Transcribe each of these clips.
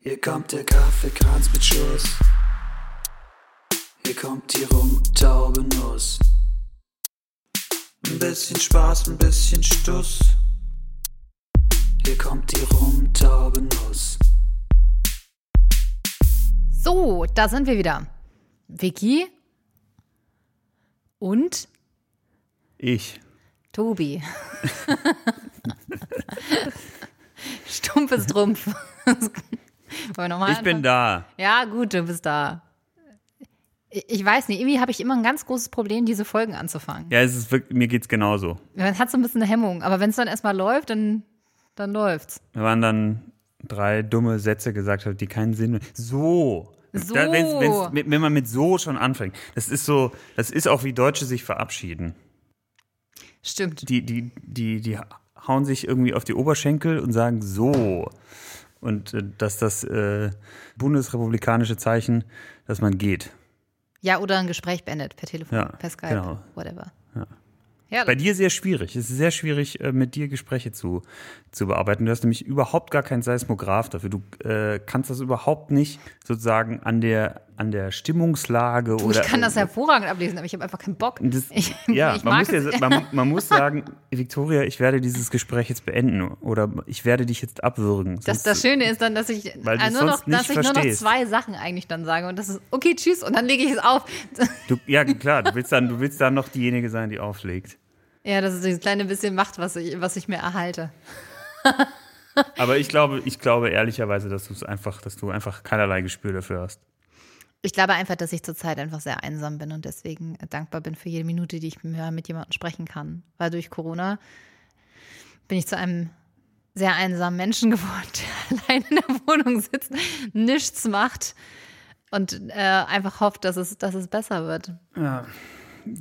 Hier kommt der Kaffeekranz mit Schuss. Hier kommt die Rumtaubenuss. Ein bisschen Spaß, ein bisschen Stuss. Hier kommt die Rumtaubenuss. So, da sind wir wieder. Vicky und Ich. Tobi. Stumpf ist Trumpf. Wollen wir nochmal Ich bin da. Ja, gut, du bist da. Ich ich weiß nicht, irgendwie habe ich immer ein ganz großes Problem, diese Folgen anzufangen. Ja, es ist wirklich, mir geht's genauso. Man hat so ein bisschen eine Hemmung, aber wenn es dann erstmal läuft, dann, dann läuft's. Wir waren dann drei dumme Sätze gesagt habe, die keinen Sinn mehr. So. So. Da, wenn's, wenn's, mit- wenn man mit so schon anfängt. Das ist so, das ist auch wie Deutsche sich verabschieden. Stimmt. Die, die, die, die hauen sich irgendwie auf die Oberschenkel und sagen so. Und äh, dass das äh, bundesrepublikanische Zeichen, dass man geht. Ja, oder ein Gespräch beendet per Telefon, Ja, per Skype, genau. whatever. Bei dir sehr schwierig. Es ist sehr schwierig, äh, mit dir Gespräche zu, zu bearbeiten. Du hast nämlich überhaupt gar keinen Seismograph dafür. Du äh, kannst das überhaupt nicht sozusagen an der, an der Stimmungslage Ich oder. äh, kann das hervorragend ablesen, aber ich habe einfach keinen Bock. Oh, Das- ich, ja, ich man, mag muss ja, es. sa- man, man muss sagen, Victoria, ich werde dieses Gespräch jetzt beenden oder ich werde dich jetzt abwürgen. Das, Sonst- das Schöne ist dann, dass ich, Weil du äh, es nur, noch, sonst nicht dass ich nur noch verstehst. zwei Sachen eigentlich dann sage. Und das ist, okay, tschüss, und dann lege ich es auf. du, ja, klar, du willst, dann, du willst dann noch diejenige sein, die auflegt. ja, das ist dieses kleine bisschen Macht, was ich, was ich mir erhalte. Aber ich glaube, ich glaube ehrlicherweise, dass du es einfach, dass du einfach keinerlei Gespür dafür hast. Ich glaube einfach, dass ich zurzeit einfach sehr einsam bin und deswegen dankbar bin für jede Minute, die ich mehr mit jemandem sprechen kann. Weil durch Corona bin ich zu einem sehr einsamen Menschen geworden, der allein in der Wohnung sitzt, nichts macht und äh, einfach hofft, dass es, dass es besser wird.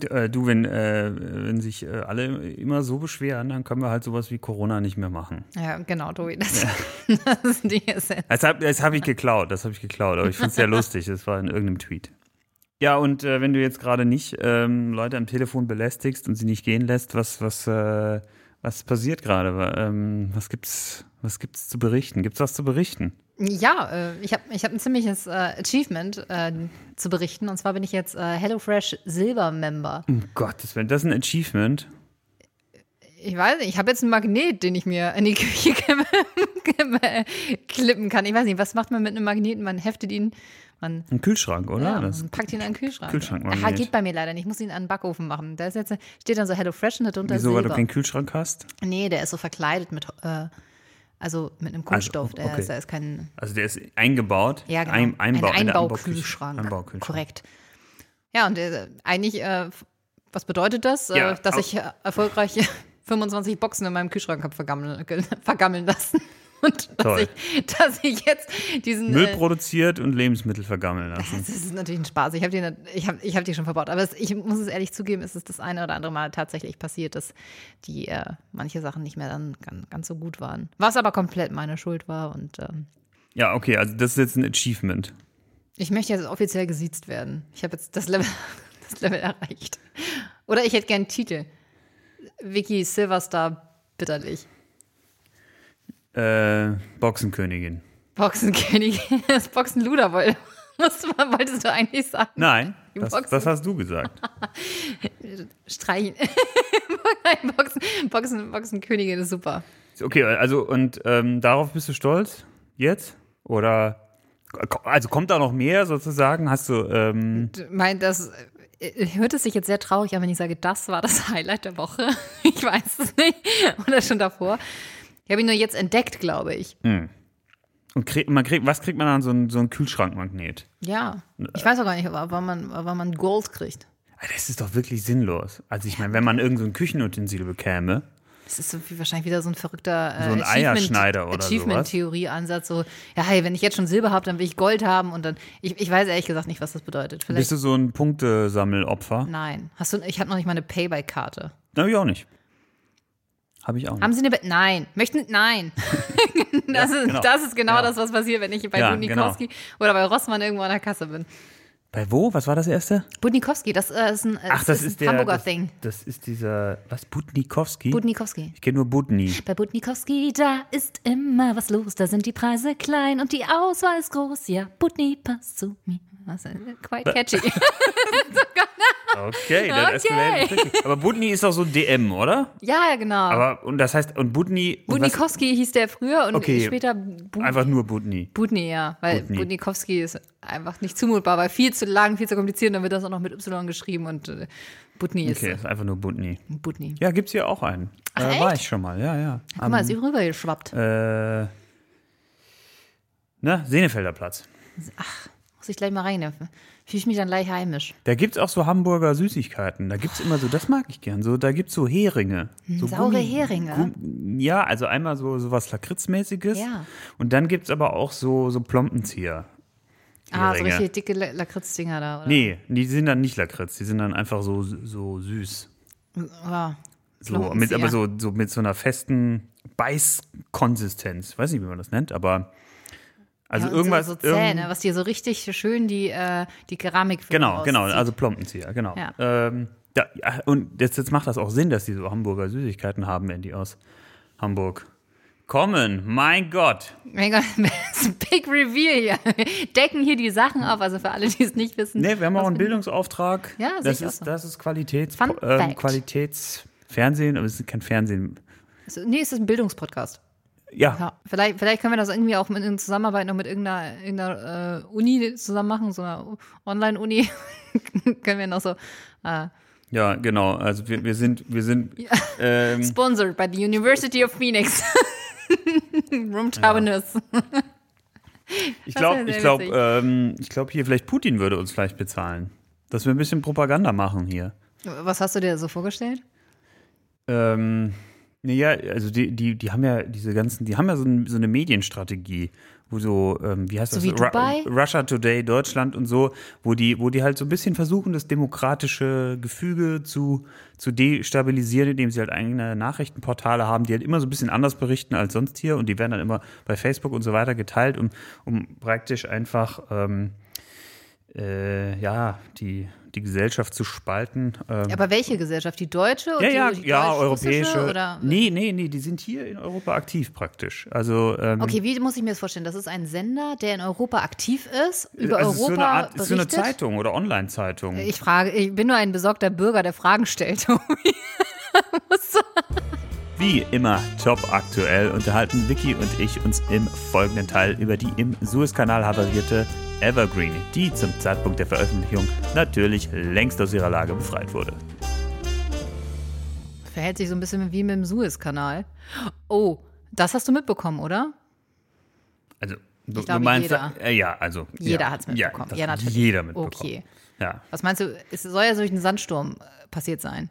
Äh, du, wenn, äh, wenn sich äh, alle immer so beschweren, dann können wir halt sowas wie Corona nicht mehr machen. Ja, genau, Tobi, das, das ist die Essenz. Das habe das hab ich geklaut, das habe ich geklaut, aber ich finde es sehr lustig, das war in irgendeinem Tweet. Ja, und äh, wenn du jetzt gerade nicht ähm, Leute am Telefon belästigst und sie nicht gehen lässt, was, was, äh, was passiert gerade? Wa- Ähm, was gibt's, was gibt's zu berichten? Gibt's was zu berichten? Ja, äh, ich habe ich hab ein ziemliches äh, Achievement äh, zu berichten. Und zwar bin ich jetzt äh, HelloFresh Silber-Member. Um Gottes Willen, das ist ein Achievement. Ich weiß nicht, ich habe jetzt einen Magnet, den ich mir in die Küche gem- gem- klippen kann. Ich weiß nicht, was macht man mit einem Magneten? Man heftet ihn, man Ein Kühlschrank, oder? ja, das, man packt ihn an den Kühlschrank. Kühlschrankmagnet. Aha, geht bei mir leider nicht. Ich muss ihn an den Backofen machen. Da ist jetzt, steht dann so Hello Fresh und darunter ist wieso, weil du Silber. keinen Kühlschrank hast? Nee, der ist so verkleidet mit, äh, also mit einem Kunststoff. der, okay. ist, da ist kein Also der ist eingebaut. Ja, genau. Ein, Einbau, in ein der Einbaukühlschrank. Einbaukühlschrank. Korrekt. Ja, und äh, eigentlich, äh, f- was bedeutet das? Ja, äh, dass au- ich äh, erfolgreich 25 Boxen in meinem Kühlschrank habe vergammeln, ge- vergammeln lassen. Und dass Toll. ich, dass ich jetzt diesen. Müll äh, produziert und Lebensmittel vergammeln lassen. das ist natürlich ein Spaß. Ich habe die, ich hab, ich hab die schon verbaut. Aber es, ich muss es ehrlich zugeben, es ist das eine oder andere Mal tatsächlich passiert, dass die äh, manche Sachen nicht mehr dann ganz, ganz so gut waren. Was aber komplett meine Schuld war. Und ähm, Ja, okay, also das ist jetzt ein Achievement. Ich möchte jetzt offiziell gesiezt werden. Ich habe jetzt das Level, das Level erreicht. Oder ich hätte gern einen Titel. Vicky Silverstar bitterlich. Äh, Boxenkönigin. Boxenkönig, das Boxenluder woll- musst du mal- wolltest du eigentlich sagen. Nein, Die das, Boxen- das hast du gesagt. Streichen. Nein, Boxen, Boxen, Boxenkönigin ist super. Okay, also und ähm, darauf bist du stolz jetzt? Oder also kommt da noch mehr sozusagen? Hast du ähm, Du Meint das äh, hört es sich jetzt sehr traurig an, wenn ich sage, das war das Highlight der Woche. Ich weiß es nicht. Oder schon davor. Ich habe ihn nur jetzt entdeckt, glaube ich. und krieg, man krieg, was kriegt man an so einen so einen Kühlschrankmagnet? Ja. Ich weiß auch gar nicht, ob- wann man, wann man Gold kriegt. Ah, Das ist doch wirklich sinnlos. Also ich meine, wenn man irgend so ein Küchenutensil bekäme, Das ist so wie, wahrscheinlich wieder so ein verrückter äh, So ein Achievement- Eierschneider oder Achievement-Theorie-Ansatz. So, ja, hey, wenn ich jetzt schon Silber habe, dann will ich Gold haben und dann. Ich, ich weiß ehrlich gesagt nicht, was das bedeutet. Vielleicht. bist du so ein Punktesammelopfer? Nein. Hast du, ich habe noch nicht mal eine Payback-Karte. Hab ich auch nicht. Habe ich auch nicht. Haben Sie eine. Be nein. Möchten. Nein. das, ist, genau. das ist genau Genau. das, was passiert, wenn ich bei Ja, genau. Dunikowski oder bei Rossmann irgendwo an der Kasse bin. Bei wo? Was war das erste? Budnikowski, das äh, ist ein, äh, Ach, das ist, ein der. Hamburger das, Thing. das ist dieser. Was? Budnikowski? Budnikowski. ich kenne nur Budni. Bei Budnikowski, da ist immer was los. Da sind die Preise klein und die Auswahl ist groß. Ja, Budni passt zu mir. Was, äh, quite catchy. Okay, dann Okay. eskaliert es wirklich. Aber Budni ist doch so ein DM, oder? ja, ja, genau. Aber, und das heißt, und Budni. und was- Budnikowski hieß der früher und Okay. später Bu Einfach nur Budni. Budni, ja. Weil Budni. Budnikowski ist einfach nicht zumutbar, weil viel zu lang, viel zu kompliziert. Und dann wird das auch noch mit Y geschrieben und äh, Budni ist Okay, ist einfach nur Budni. Budni. Ja, gibt's hier auch einen. Ach, äh, war echt? ich schon mal, ja, ja. Guck mal, ist eben rübergeschwappt. Äh, ne, Senefelder Platz. Muss ich gleich mal reinwerfen. Fühle ich mich dann gleich heimisch. Da gibt's auch so Hamburger Süßigkeiten. Da gibt's immer so, das mag ich gern. So, da gibt's so Heringe. So Hm, Saure Gummi- Heringe. Gum- Ja, also einmal so, so was Lakritzmäßiges. Ja. Und dann gibt's aber auch so, so Plompenzieher. Ah, so Heringe. richtig dicke La- Lakritzdinger da, oder? Nee, die sind dann nicht Lakritz, die sind dann einfach so, so süß. Ja. So, mit, aber so, so mit so einer festen Beißkonsistenz. Weiß nicht, wie man das nennt, aber also Ja, und irgendwas. So, so irgend- Zähne, was dir so richtig schön die, äh, die Keramik Genau, genau, also Plompenzieher, genau. Ja. Ähm, da, ja, und jetzt, jetzt macht das auch Sinn, dass die so Hamburger Süßigkeiten haben, wenn die aus Hamburg kommen. Mein Gott. Mein Gott, das ist ein Big Reveal hier. Decken hier die Sachen auf, also für alle, die es nicht wissen. Nee, wir haben auch Was einen wir- Bildungsauftrag. Ja, sehe das ich auch ist, so. das ist Qualitäts, Fun ähm, Fact. Qualitätsfernsehen, aber es ist kein Fernsehen. Also, Nee, es ist ein Bildungspodcast. Ja, Ja, vielleicht, vielleicht können wir das irgendwie auch mit in Zusammenarbeit noch mit irgendeiner, irgendeiner äh, Uni zusammen machen, so einer Online-Uni. können wir noch so äh, ja, genau. Also wir, wir sind, wir sind, ähm, sponsored by the University of Phoenix. Room Tabernes. ich Das wär glaube, ich sehr glaube, witzig. ähm, ich glaube hier vielleicht Putin würde uns vielleicht bezahlen, dass wir ein bisschen Propaganda machen hier. Was hast du dir so vorgestellt? Ähm, naja, also die, die, die haben ja diese ganzen, die haben ja so, ein, so eine Medienstrategie, wo so, ähm, wie heißt So das? wie Ru- Dubai? Russia Today, Deutschland und so, wo die, wo die halt so ein bisschen versuchen, das demokratische Gefüge zu, zu destabilisieren, indem sie halt eigene Nachrichtenportale haben, die halt immer so ein bisschen anders berichten als sonst hier und die werden dann immer bei Facebook und so weiter geteilt, um, um praktisch einfach ähm, äh, ja, die, die Gesellschaft zu spalten. Ähm, Aber welche Gesellschaft? Die deutsche? Und ja, ja, die, die ja, deutsch-russische europäische. Oder? Nee, nee, nee, die sind hier in Europa aktiv praktisch. Also, ähm, Okay, wie muss ich mir das vorstellen? Das ist ein Sender, der in Europa aktiv ist, über also es ist Europa so eine Art, ist so eine berichtet. Äh, Zeitung oder Online-Zeitung. Ich frage, ich bin nur ein besorgter Bürger, der Fragen stellt. Wie immer top aktuell unterhalten Vicky und ich uns im folgenden Teil über die im Suezkanal havarierte Evergreen, die zum Zeitpunkt der Veröffentlichung natürlich längst aus ihrer Lage befreit wurde. Verhält sich so ein bisschen wie mit dem Suezkanal. Oh, das hast du mitbekommen, oder? Also, du, glaube, du meinst, jeder. äh, ja, also Jeder ja, hat's mitbekommen. Ja, Ja, das hat natürlich. Jeder mitbekommen. Okay. Ja. Was meinst du, es soll ja durch einen Sandsturm äh, passiert sein?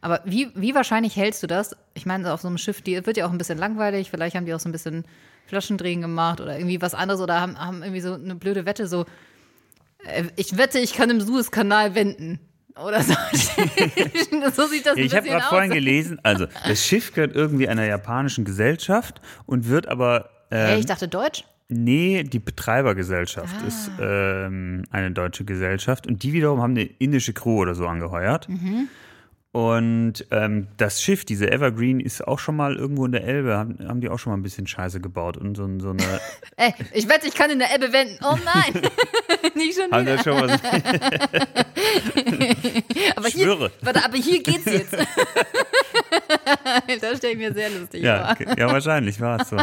Aber wie, wie wahrscheinlich hältst du das? Ich meine, auf so einem Schiff, die wird ja auch ein bisschen langweilig, vielleicht haben die auch so ein bisschen Flaschendrehen gemacht oder irgendwie was anderes oder haben, haben irgendwie so eine blöde Wette, so äh, ich wette, ich kann im Suezkanal wenden. Oder so. so sieht das ein Ich bisschen habe gerade vorhin aus. gelesen, also das Schiff gehört irgendwie einer japanischen Gesellschaft und wird aber, Hey, äh, ich dachte Deutsch. nee, die Betreibergesellschaft Ah. ist ähm, eine deutsche Gesellschaft und die wiederum haben eine indische Crew oder so angeheuert. Mhm. Und ähm, das Schiff, diese Evergreen, ist auch schon mal irgendwo in der Elbe, haben, haben die auch schon mal ein bisschen Scheiße gebaut und so, so eine Ey, Äh, ich wette, ich kann in der Ebbe wenden. Oh nein. Nicht schon haben wieder. da schon was Aber ich hier, schwöre. warte, aber hier geht's jetzt. das stelle ich mir sehr lustig Ja, vor. ge- ja wahrscheinlich war es so.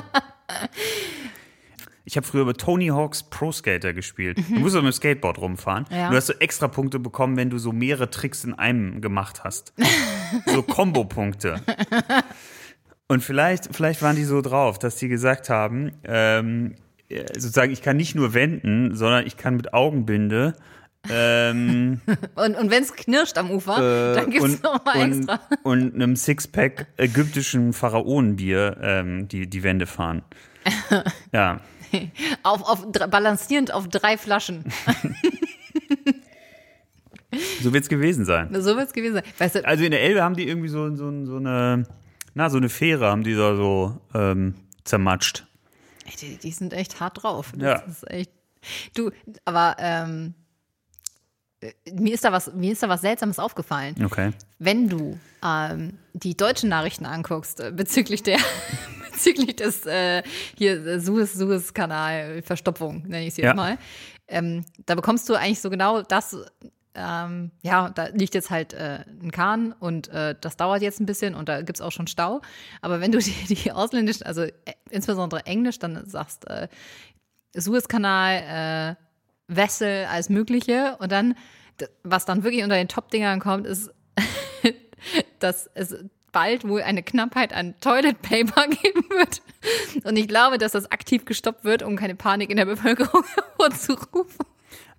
Ich habe früher über Tony Hawks Pro Skater gespielt. Du musst mit dem Skateboard rumfahren. Ja. Du hast so extra Punkte bekommen, wenn du so mehrere Tricks in einem gemacht hast. so Kombopunkte. Und vielleicht, vielleicht waren die so drauf, dass die gesagt haben, ähm, äh, sozusagen, ich kann nicht nur wenden, sondern ich kann mit Augenbinde. Ähm, Und, und wenn es knirscht am Ufer, äh, dann gibt's und, noch nochmal und, extra. und einem Sixpack ägyptischen Pharaonenbier ähm, die, die Wände fahren. Ja. Auf, auf, dr- balancierend auf drei Flaschen. So wird es gewesen sein. So wird's gewesen sein. Weißt du, Also in der Elbe haben die irgendwie so, so, so eine, na, so eine Fähre haben die da so ähm, zermatscht. ey, die, die sind echt hart drauf. Das Ja. ist echt. Du, aber ähm, äh, mir ist da was, mir ist da was Seltsames aufgefallen. Okay. Wenn du ähm, die deutschen Nachrichten anguckst äh, bezüglich der bezüglich des äh, hier äh, Suez Suez Kanal Verstopfung nenne ich es jetzt Ja. mal, ähm, da bekommst du eigentlich so genau das. Ähm, ja, da liegt jetzt halt äh, ein Kahn und äh, das dauert jetzt ein bisschen und da gibt's auch schon Stau. Aber wenn du dir die ausländischen, also äh, insbesondere Englisch, dann sagst, äh, Suezkanal, äh, Wessel, alles Mögliche. Und dann, d- was dann wirklich unter den Top-Dingern kommt, ist, dass es bald wohl eine Knappheit an Toilet Paper geben wird. Und ich glaube, dass das aktiv gestoppt wird, um keine Panik in der Bevölkerung hervorzurufen.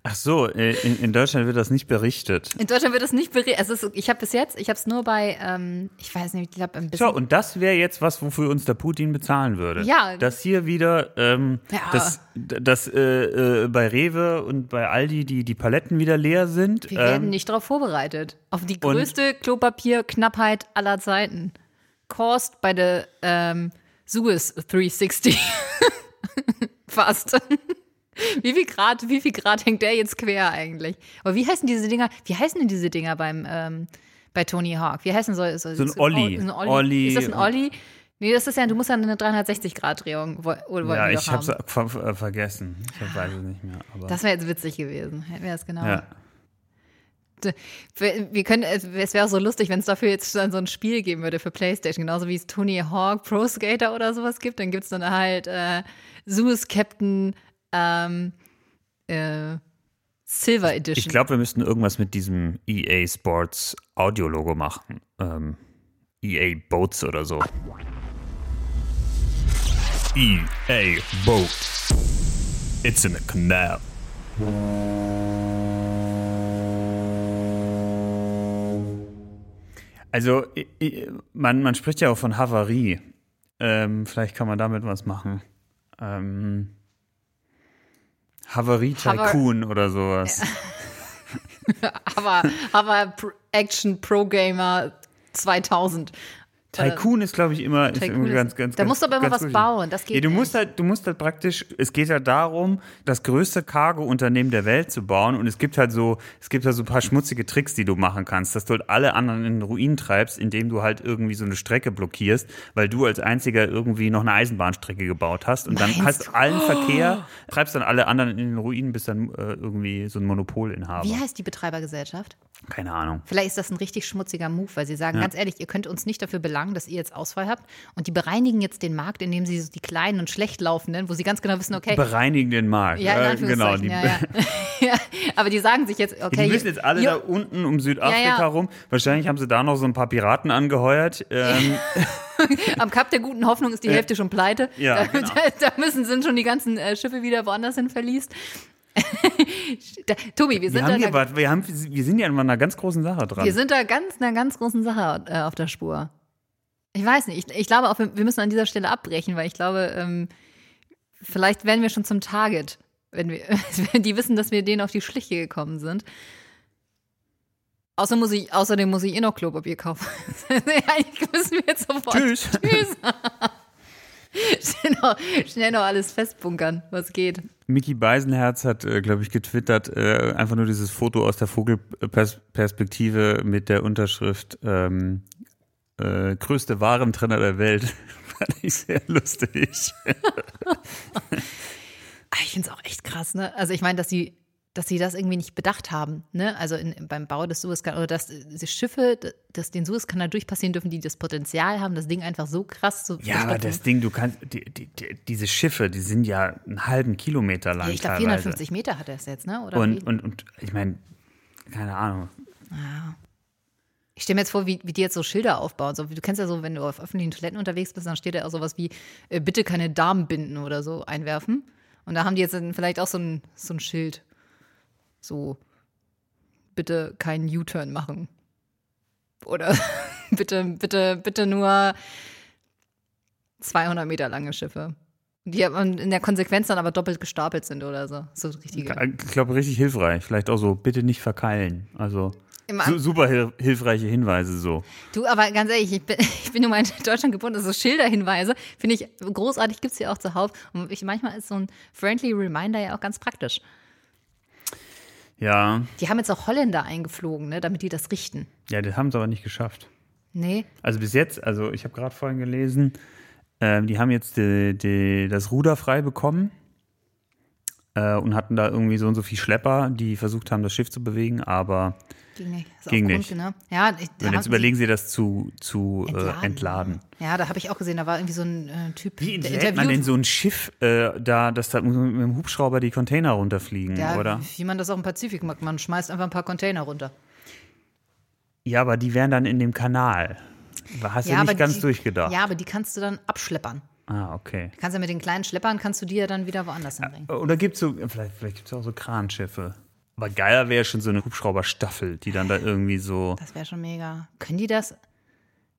Ach so, äh, in, in Deutschland wird das nicht berichtet. In Deutschland wird das nicht berichtet. Also es ist- ich habe bis jetzt, ich habe es nur bei, ähm, ich weiß nicht, ich glaube ein bisschen. So, und das wäre jetzt was, wofür uns der Putin bezahlen würde. Ja. Dass hier wieder, ähm, Ja. dass, dass äh, äh, bei Rewe und bei Aldi die, die Paletten wieder leer sind. Wir ähm, werden nicht darauf vorbereitet. Auf die und- größte Klopapierknappheit aller Zeiten. Caused by the ähm, Suez 360. Fast. Wie viel, Grad, wie viel Grad hängt der jetzt quer eigentlich? Aber wie heißen diese Dinger? Wie heißen denn diese Dinger beim ähm, bei Tony Hawk? Wie heißen soll Oh, so, ein Olli. Ein Olli. Olli Ist das ein und- Olli? Nee, das ist ja, du musst ja eine 360-Grad-Drehung woll- oder wollten ja, die doch ich hab's haben. Ah, ver ver vergessen. Ich hab- weiß es nicht mehr. Aber, Das wäre jetzt witzig gewesen. Hätten wir das genau. ja. Wir wir können, es es wäre auch so lustig, wenn es dafür jetzt dann so ein Spiel geben würde für PlayStation, genauso wie es Tony Hawk Pro Skater oder sowas gibt, dann gibt es dann halt äh, Zeus Captain ähm, äh, Silver Edition. Ich glaube, wir müssten irgendwas mit diesem EA Sports Audio-Logo machen. Ähm, EA Boats oder so. EA Boat. It's in a canal. Also, i- i- man, man spricht ja auch von Havarie. Ähm, vielleicht kann man damit was machen. Ähm, Havarie Havar- Tycoon oder sowas. aber aber Pro- Action Pro Gamer 2000. Tycoon ist, glaube ich, immer ist Tycoon irgendwie ist- ganz, ganz, da ganz, musst du aber immer ganz was gut. bauen, das geht ja, du nicht. musst halt, du musst halt praktisch, es geht ja halt darum, das größte Cargo-Unternehmen der Welt zu bauen und es gibt halt so, es gibt halt so ein paar schmutzige Tricks, die du machen kannst, dass du halt alle anderen in den Ruin treibst, indem du halt irgendwie so eine Strecke blockierst, weil du als einziger irgendwie noch eine Eisenbahnstrecke gebaut hast und dann Meinst Oh! hast du allen Verkehr, treibst dann alle anderen in den Ruin, bist dann äh, irgendwie so ein Monopolinhaber. Wie heißt die Betreibergesellschaft? Keine Ahnung. Vielleicht ist das ein richtig schmutziger Move, weil sie sagen, ganz ehrlich, ihr könnt uns nicht dafür belangen, dass ihr jetzt Ausfall habt. Und die bereinigen jetzt den Markt, indem sie so die kleinen und schlecht laufenden, wo sie ganz genau wissen, okay, Bereinigen den Markt. Ja, in Äh, Anführungszeichen, die- ja, ja. ja. Aber die sagen sich jetzt, okay. die müssen jetzt alle ihr- da unten um Südafrika Ja, ja. rum. Wahrscheinlich haben sie da noch so ein paar Piraten angeheuert. Ähm, am Kap der guten Hoffnung ist die Hälfte schon pleite. Ja, da, genau. da, da müssen, sind schon die ganzen äh, Schiffe wieder woanders hin verliest. da, Tobi, wir sind, wir, da haben hier, einer, was- wir, haben, wir sind ja an einer ganz großen Sache dran. wir sind da ganz einer ganz großen Sache äh, auf der Spur. Ich weiß nicht, ich, ich glaube auch, wir wir müssen an dieser Stelle abbrechen, weil ich glaube, ähm, vielleicht werden wir schon zum Target, wenn wir, wenn die wissen, dass wir denen auf die Schliche gekommen sind. Außer muss ich, außerdem muss ich eh noch Klopapier kaufen. Eigentlich müssen wir jetzt sofort. Tschüss. schnell, noch, schnell noch alles festbunkern, was geht. Mickey Beisenherz hat, äh, glaube ich, getwittert, äh, einfach nur dieses Foto aus der Vogelperspektive mit der Unterschrift ähm, äh, größte Warentrenner der Welt. Fand ich sehr lustig. Ah, Ich finde es auch echt krass, ne? Also ich meine, dass sie, dass sie das irgendwie nicht bedacht haben, ne? Also in, beim Bau des Suezkanals, oder dass äh, die Schiffe, d- dass den Suezkanal durchpassieren dürfen, die das Potenzial haben, das Ding einfach so krass zu Ja, aber verstopfen. das Ding, du kannst, die, die, die, diese Schiffe, die sind ja einen halben Kilometer lang Ja, ich glaube, teilweise. 450 Meter hat er es jetzt, ne? Oder Und, wie? und, und ich meine, keine Ahnung. Ich stelle mir jetzt vor, wie, wie die jetzt so Schilder aufbauen. So, du kennst ja so, wenn du auf öffentlichen Toiletten unterwegs bist, dann steht da auch sowas wie, äh, bitte keine Damenbinden oder so einwerfen. Und da haben die jetzt dann vielleicht auch so ein, so ein Schild. So, bitte keinen U-Turn machen. Oder bitte, bitte, bitte nur 200 Meter lange Schiffe. Die aber in der Konsequenz dann aber doppelt gestapelt sind oder so. So richtige. Ich glaube, richtig hilfreich. Vielleicht auch so, bitte nicht verkeilen. Also Im su super hil hilfreiche Hinweise so. Du, aber ganz ehrlich, ich bin, ich bin nun mal in Deutschland geboren, also Schilderhinweise finde ich großartig, gibt es hier auch zuhauf. Und ich, manchmal ist so ein friendly Reminder ja auch ganz praktisch. Ja, Die haben jetzt auch Holländer eingeflogen, ne, damit die das richten. ja, das haben sie aber nicht geschafft. Nee, Also bis jetzt, also ich habe gerade vorhin gelesen, ähm, die haben jetzt die, die, das Ruder frei bekommen äh, und hatten da irgendwie so und so viel Schlepper, die versucht haben, das Schiff zu bewegen, aber ging nicht. Ist auch Ging Grund, nicht. Ne? Ja, ich, da und haben jetzt sie- überlegen sie das zu, zu Entladen. entladen. Äh, entladen. Ja, da habe ich auch gesehen, da war irgendwie so ein äh, Typ, Wie der entlädt man denn so ein Schiff äh, da, dass da mit dem Hubschrauber die Container runterfliegen, ja, oder? Wie man das auch im Pazifik macht, man schmeißt einfach ein paar Container runter. Ja, aber die wären dann in dem Kanal. Hast du nicht ganz die, durchgedacht. Ja, aber die kannst du dann abschleppern. Ah, okay. Kannst ja mit den kleinen Schleppern, kannst du die ja dann wieder woanders hinbringen. Oder gibt es so, vielleicht, vielleicht gibt's auch so Kranschiffe. Aber geiler wäre schon so eine Hubschrauberstaffel, die dann da irgendwie so. Das wäre schon mega. Können die das?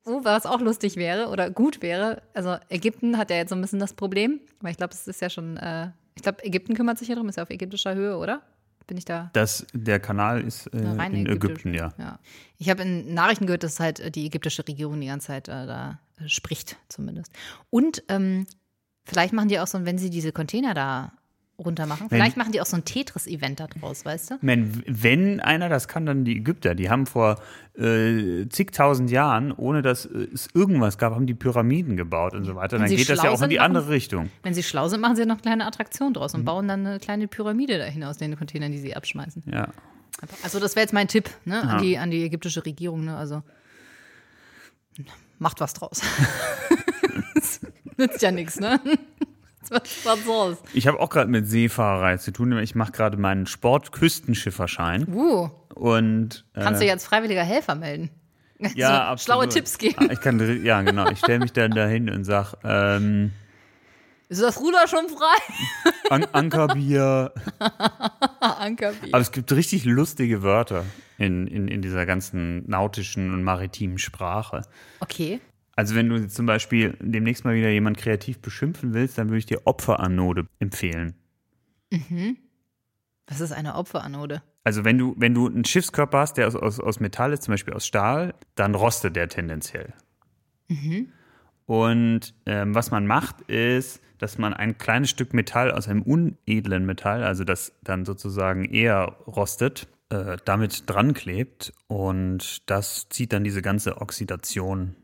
So, was auch lustig wäre oder gut wäre. Also Ägypten hat ja jetzt so ein bisschen das Problem, weil ich glaube, es ist ja schon, äh, ich glaube, Ägypten kümmert sich ja drum, ist ja auf ägyptischer Höhe, oder? Bin ich da Das, der Kanal ist äh, rein in ägyptisch? Ägypten, ja. ja. Ich habe in Nachrichten gehört, dass halt äh, die ägyptische Regierung die ganze Zeit äh, da äh, spricht, zumindest. Und ähm, vielleicht machen die auch so, ein- wenn sie diese Container da runter machen, Wenn- vielleicht machen die auch so ein Tetris-Event da draus, weißt du? Man, wenn einer das kann, dann die Ägypter. Die haben vor äh, zigtausend Jahren, ohne dass äh, es irgendwas gab, haben die Pyramiden gebaut und so weiter. Wenn Dann sie geht das ja schlau auch in sind, die machen- andere Richtung. Wenn sie schlau sind, machen sie noch eine kleine Attraktion draus Mhm. und bauen dann eine kleine Pyramide dahin aus den Containern, die sie abschmeißen. Ja. Also das wäre jetzt mein Tipp ne, an, die, an die ägyptische Regierung. Ne, also macht was draus. Nützt ja nichts, ne? Was, was soll's? Ich habe auch gerade mit Seefahrerei zu tun. Ich mache gerade meinen Sportküstenschifferschein. Uh, Und, äh, kannst du ja als freiwilliger Helfer melden. so ja, schlaue absolut. Tipps geben. Ich kann, ja, genau. Ich stelle mich dann dahin und sage, ähm, Ist das Ruder schon frei? An Ankerbier. Ankerbier. Aber es gibt richtig lustige Wörter in, in, in dieser ganzen nautischen und maritimen Sprache. Okay. Also wenn du jetzt zum Beispiel demnächst mal wieder jemand kreativ beschimpfen willst, dann würde ich dir Opferanode empfehlen. Das ist eine Opferanode. Also wenn du, wenn du einen Schiffskörper hast, der aus, aus, aus Metall ist, zum Beispiel aus Stahl, dann rostet der tendenziell. Mhm. Und ähm, was man macht, ist, dass man ein kleines Stück Metall aus einem unedlen Metall, also das dann sozusagen eher rostet, äh, damit dran klebt und das zieht dann diese ganze Oxidation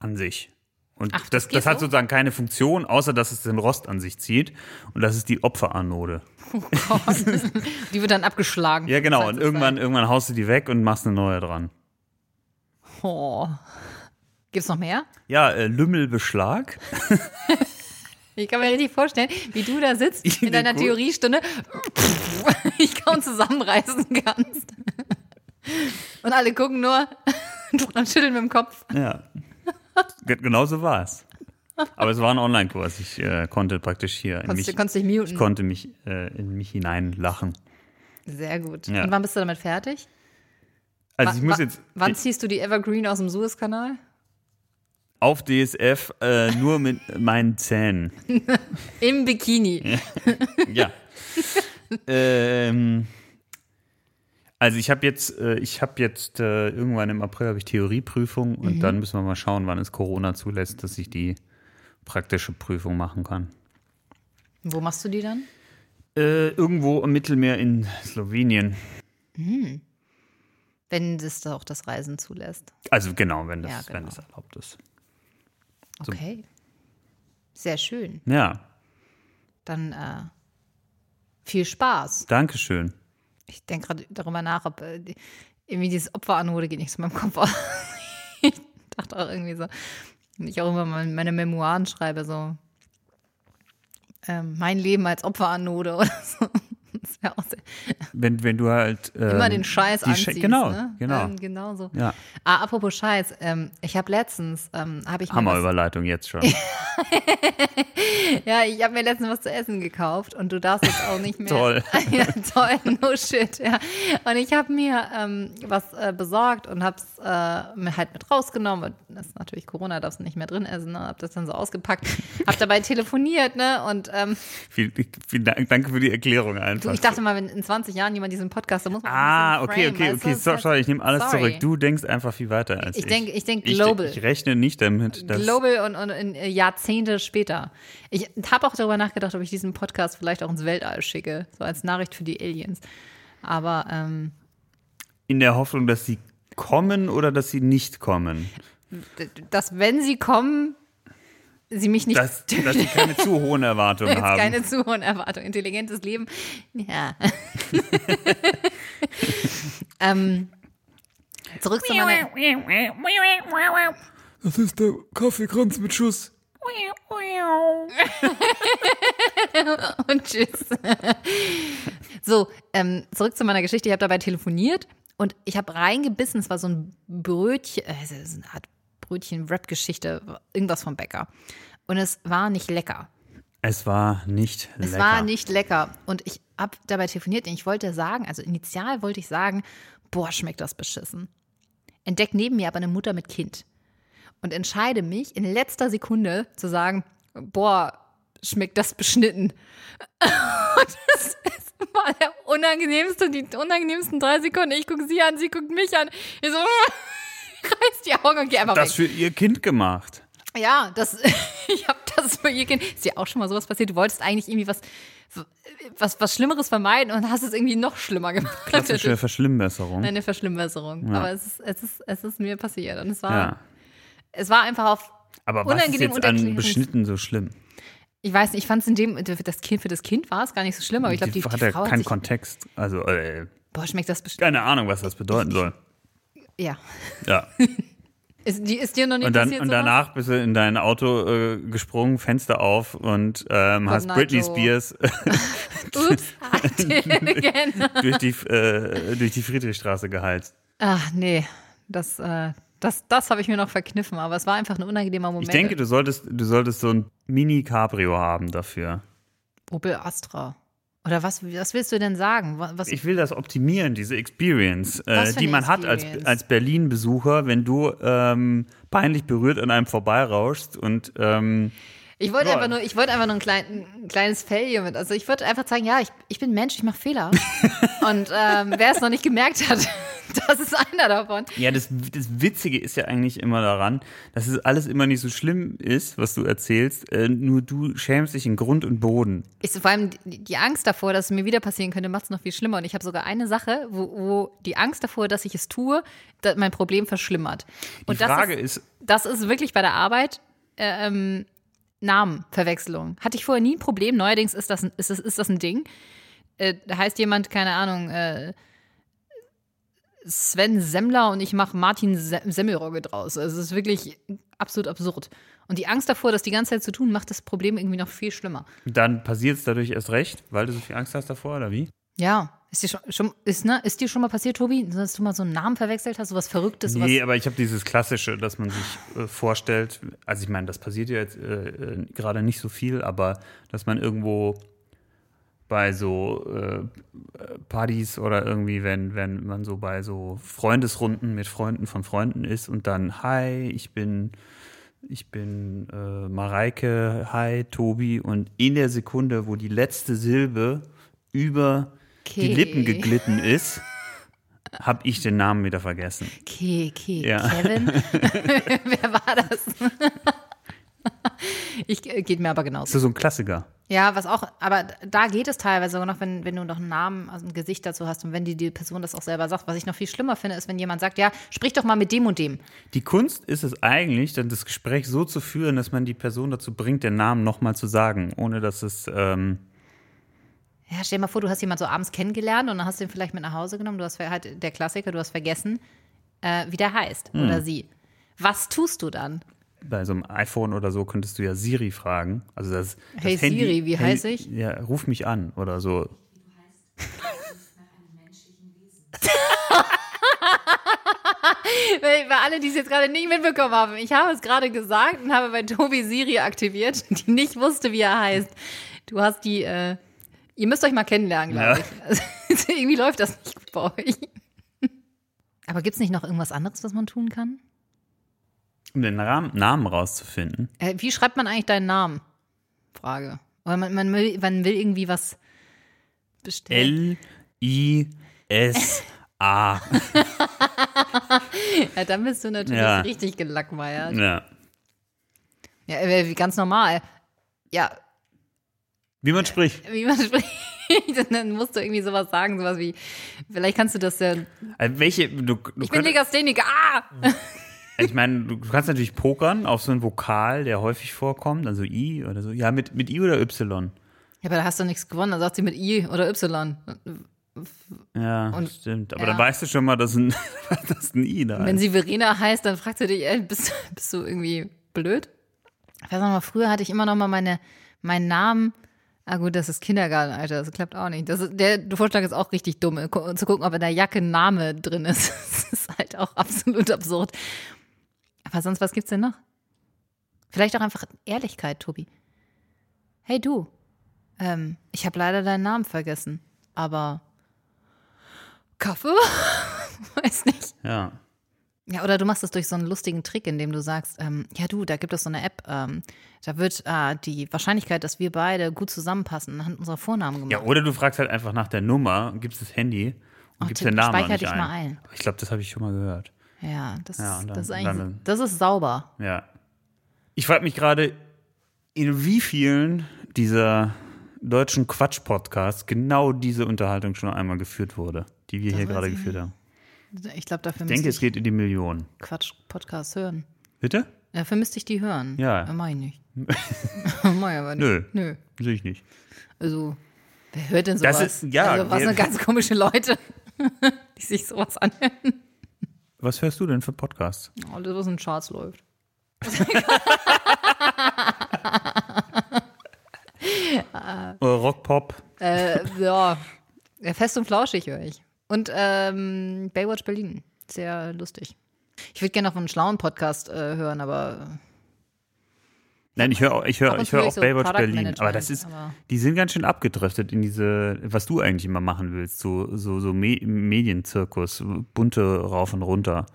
an sich. Und Ach, das das, das, geht hat so? sozusagen keine Funktion, außer dass es den Rost an sich zieht. Und das ist die Opferanode. Die wird dann abgeschlagen. Ja, genau. Zeit Und zu Zeit. irgendwann, irgendwann haust du die weg und machst eine neue dran. Oh. Gibt's noch mehr? Ja, äh, Lümmelbeschlag. Ich kann mir richtig vorstellen, wie du da sitzt Ich in bin deiner gut. Theoriestunde. Ich kaum zusammenreißen kannst. Und alle gucken nur und schütteln mit dem Kopf. Ja. Ge- Genau so war es. Aber es war ein Online-Kurs. Ich äh, konnte praktisch hier in Konntest, mich, du- konntest dich muten. ich konnte mich äh, in mich hineinlachen. Sehr gut. Ja. Und wann bist du damit fertig? Also ich Wa- muss wa- jetzt wann ziehst du die Evergreen aus dem Suezkanal? auf DSF äh, nur mit meinen Zähnen. Im Bikini. Ja. ähm, also ich habe jetzt, äh, ich habe jetzt äh, irgendwann im April habe ich Theorieprüfung und dann müssen wir mal schauen, wann es Corona zulässt, dass ich die praktische Prüfung machen kann. Wo machst du die dann? Äh, irgendwo im Mittelmeer in Slowenien. Wenn das da auch das Reisen zulässt. Also genau, wenn das, Ja, genau. wenn das erlaubt ist. Okay. Sehr schön. Ja, Dann äh, viel Spaß. danke schön. Ich denke gerade darüber nach, ob äh, die- irgendwie dieses Opferanode geht nicht zu meinem Kopf aus. ich dachte auch irgendwie so, wenn ich auch immer mal meine Memoiren schreibe, so ähm, mein Leben als Opferanode oder so. Das wäre auch sehr, Wenn, wenn du halt. Ähm, immer den Scheiß die Sche- anziehst. genau, ne? genau. Ähm, genau so. Ja. Ah, apropos Scheiß, ähm, ich habe letztens, ähm, habe ich mir was- Hammerüberleitung jetzt schon. Ja, ich habe mir letztens was zu essen gekauft und du darfst jetzt auch nicht mehr. Toll. ja, toll, no shit. Ja. Und ich habe mir ähm, was äh, besorgt und habe es äh, mir halt mit rausgenommen. Und Das ist natürlich Corona, darfst du nicht mehr drin essen. Ne? Habe das dann so ausgepackt, habe dabei telefoniert. ne Und ähm, vielen, vielen Dank, danke für die Erklärung du, einfach. ich dachte mal, wenn in 20 Jahren jemand diesen Podcast, dann muss man auch ah, ein bisschen okay, frame, okay, weißt okay. du? So, sorry, ich nehme alles Sorry. zurück. Du denkst einfach viel weiter als Ich ich. denk- ich denk de- global. Ich, rechne nicht damit, dass. Global und, und in Jahrzehnte später. Ich habe auch darüber nachgedacht, ob ich diesen Podcast vielleicht auch ins Weltall schicke, so als Nachricht für die Aliens. Aber ähm, In der Hoffnung, dass sie kommen oder dass sie nicht kommen. d- dass, wenn sie kommen, sie mich nicht Dass, dass sie keine zu hohen Erwartungen Jetzt haben. keine zu hohen Erwartungen. Intelligentes Leben. Ja. ähm, zurück zu meiner. Das ist der Kaffeekranz mit Schuss. Und tschüss. so, ähm, zurück zu meiner Geschichte. Ich habe dabei telefoniert und ich habe reingebissen. Es war so ein Brötchen, äh, so eine Art Brötchen-Wrap-Geschichte, irgendwas vom Bäcker. Und es war nicht lecker. Es war nicht lecker. Es war nicht lecker. Und ich habe dabei telefoniert und ich wollte sagen, also initial wollte ich sagen, boah, schmeckt das beschissen. Entdeckt neben mir aber eine Mutter mit Kind. Und entscheide mich in letzter Sekunde zu sagen, boah, schmeckt das beschnitten. Und das ist mal der unangenehmste, die unangenehmsten drei Sekunden. Ich gucke sie an, sie guckt mich an. Ich so, reiß die Augen und geh einfach weg. das für ihr Kind gemacht. Ja, das, ich habe das für ihr Kind. Ist dir auch schon mal sowas passiert? Du wolltest eigentlich irgendwie was, was, was Schlimmeres vermeiden und hast es irgendwie noch schlimmer gemacht. Klassische Verschlimmbesserung. Eine Verschlimmbesserung. Aber es ist, es, ist, es ist mir passiert. Und es war, ja. es war einfach auf. Aber was ist unangenehm jetzt und an erklärend. Beschnitten so schlimm? Ich weiß nicht, ich fand es in dem, für das Kind, für das Kind war es gar nicht so schlimm, aber Oh, ich glaube, die, die hat ja Frau hat keinen sich, Kontext. Also, äh, boah, schmeckt das bestimmt. keine Ahnung, was das bedeuten soll. Ja. Ja. Ist, die, ist dir noch nicht Und, dann, passiert und sowas? danach bist du in dein Auto äh, gesprungen, Fenster auf und ähm, hast Nacho. Britney Spears äh, Ups, halt again. durch, die, äh, durch die Friedrichstraße geheizt. Ach, nee, das, äh, das, das habe ich mir noch verkniffen, aber es war einfach ein unangenehmer Moment. Ich denke, du solltest, du solltest so ein Mini-Cabrio haben dafür. Opel Astra. Oder was, was willst du denn sagen? Wa- Was, Ich will das optimieren, diese Experience, Was äh, für die eine man hat als, Experience? als Berlin-Besucher, wenn du ähm, peinlich berührt an einem vorbeirauschst und ähm, ich wollte Ja. einfach nur, ich wollte einfach nur ein, klein, ein kleines Failure mit. Also ich wollte einfach zeigen, ja, ich, ich bin Mensch, ich mache Fehler. Und ähm, wer es noch nicht gemerkt hat, das ist einer davon. Ja, das, das Witzige ist ja eigentlich immer daran, dass es alles immer nicht so schlimm ist, was du erzählst, äh, nur du schämst dich in Grund und Boden. Ich, vor allem die, die Angst davor, dass es mir wieder passieren könnte, macht es noch viel schlimmer. Und ich habe sogar eine Sache, wo, wo die Angst davor, dass ich es tue, da- mein Problem verschlimmert. Die Und Frage das ist, ist, das ist wirklich bei der Arbeit äh, ähm, Namenverwechslung. Hatte ich vorher nie ein Problem. Neuerdings ist das, ein- ist das, ist das ein Ding. Äh, da heißt jemand, keine Ahnung, äh, Sven Semmler und ich mache Martin Se Semmelrogge draus. Also es ist wirklich absolut absurd. Und die Angst davor, das die ganze Zeit zu tun, macht das Problem irgendwie noch viel schlimmer. dann passiert es dadurch erst recht, weil du so viel Angst hast davor, oder wie? Ja. Ist dir schon, schon, ist, ne, ist dir schon mal passiert, Tobi, dass du mal so einen Namen verwechselt hast, sowas Verrücktes, sowas Nee, aber ich habe dieses Klassische, dass man sich äh, vorstellt, also ich meine, das passiert ja jetzt äh, äh, gerade nicht so viel, aber dass man irgendwo bei so äh, Partys oder irgendwie, wenn, wenn man so bei so Freundesrunden mit Freunden von Freunden ist und dann, hi, ich bin, ich bin äh, Mareike, hi, Tobi und in der Sekunde, wo die letzte Silbe über die Okay. Lippen geglitten ist, habe ich den Namen wieder vergessen. Ke, Ke, Ja. Kevin? Wer war das? ich äh, geht mir aber Das genauso. ist so ein Klassiker. Ja, was auch, aber da geht es teilweise sogar noch, wenn, wenn du noch einen Namen, also ein Gesicht dazu hast und wenn die, die Person das auch selber sagt. Was ich noch viel schlimmer finde, ist, wenn jemand sagt, ja, sprich doch mal mit dem und dem. Die Kunst ist es eigentlich, dann das Gespräch so zu führen, dass man die Person dazu bringt, den Namen nochmal zu sagen, ohne dass es. Ähm, Ja, stell dir mal vor, du hast jemanden so abends kennengelernt und dann hast du ihn vielleicht mit nach Hause genommen. Du hast halt der Klassiker, du hast vergessen, äh, wie der heißt oder sie. Was tust du dann? bei so einem iPhone oder so könntest du ja Siri fragen. Also das, das Hey Handy, Siri, wie Handy- heiß ich? Ja, ruf mich an oder so. Weil- Für alle, die es jetzt gerade nicht mitbekommen haben, ich habe es gerade gesagt und habe bei Tobi Siri aktiviert, die nicht wusste, wie er heißt. Du hast die, äh, ihr müsst euch mal kennenlernen, glaube Ja. ich. Also, Irgendwie läuft das nicht gut bei euch. Aber gibt es nicht noch irgendwas anderes, was man tun kann? Um den Ram Namen rauszufinden. Äh, wie schreibt man eigentlich deinen Namen? Frage. Oder man, man, will, man will irgendwie was bestellen. L-I-S-A. Ja, dann bist du natürlich Ja. richtig gelackmeiert. ja. Ja, äh, ganz normal. Ja, Wie man spricht. wie man spricht. Dann musst du irgendwie sowas sagen, sowas wie, vielleicht kannst du das äh, ja. Also welche, du, du Ich bin könnt- Legastheniker, ah! Ich meine, du kannst natürlich pokern auf so einen Vokal, der häufig vorkommt, also I oder so. Ja, mit, mit I oder Y. Ja, aber da hast du nichts gewonnen, dann sagt sie mit I oder Y. Ja, Und- stimmt. Aber ja. dann weißt du schon mal, dass ein, dass ein I da Wenn ist. sie Verena heißt, dann fragt sie dich, ey, bist, bist du irgendwie blöd? Ich weiß noch mal, früher hatte ich immer noch mal meine, meinen Namen. Ah gut, das ist Kindergartenalter, das klappt auch nicht. Das ist, der Vorschlag ist auch richtig dumm, gu- zu gucken, ob in der Jacke ein Name drin ist. Das ist halt auch absolut absurd. Aber sonst, was gibt's denn noch? Vielleicht auch einfach Ehrlichkeit, Tobi. Hey du, ähm, ich habe leider deinen Namen vergessen, aber Kaffee? Weiß nicht. Ja. Ja, oder du machst es durch so einen lustigen Trick, indem du sagst, ähm, ja du, da gibt es so eine App, ähm, da wird äh, die Wahrscheinlichkeit, dass wir beide gut zusammenpassen, anhand unserer Vornamen Ja, gemacht. oder du fragst halt einfach nach der Nummer, gibst das Handy und Oh, gibst Tim, den Namen speicher auch nicht dich ein. mal ein. Aber Ich glaube, das habe ich schon mal gehört. Ja, das, Ja, und dann- das ist eigentlich, dann- das ist sauber. Ja. Ich frage mich gerade, in wie vielen dieser deutschen Quatsch-Podcasts genau diese Unterhaltung schon einmal geführt wurde, die wir hier weiß gerade ich geführt haben. Ich glaube, dafür Ich denke, müsste es ich geht in die Millionen. Quatsch-Podcast hören. Bitte? Dafür müsste ich die hören. Äh, Ja. Mach ich nicht. Mach ich aber nicht. Nö. Nö. Sehe ich nicht. Also, wer hört denn Das sowas? ist- ja, Also, was wer- sind ganz komische Leute, die sich sowas anhören. Was hörst du denn für Podcasts? Oh, das, was in den Charts läuft. Äh, Rock, Pop. Äh, ja. ja, fest und flauschig höre ich. Und ähm, Baywatch Berlin. Sehr lustig. Ich würde gerne noch einen schlauen Podcast äh, hören, aber Nein, ich höre auch, ich Ab höre, und ich zu höre höre auch ich so Baywatch Product Berlin. Management, Aber das ist, aber- die sind ganz schön abgedriftet in diese, was du eigentlich immer machen willst, so, so, so Me Medienzirkus, bunte rauf und runter.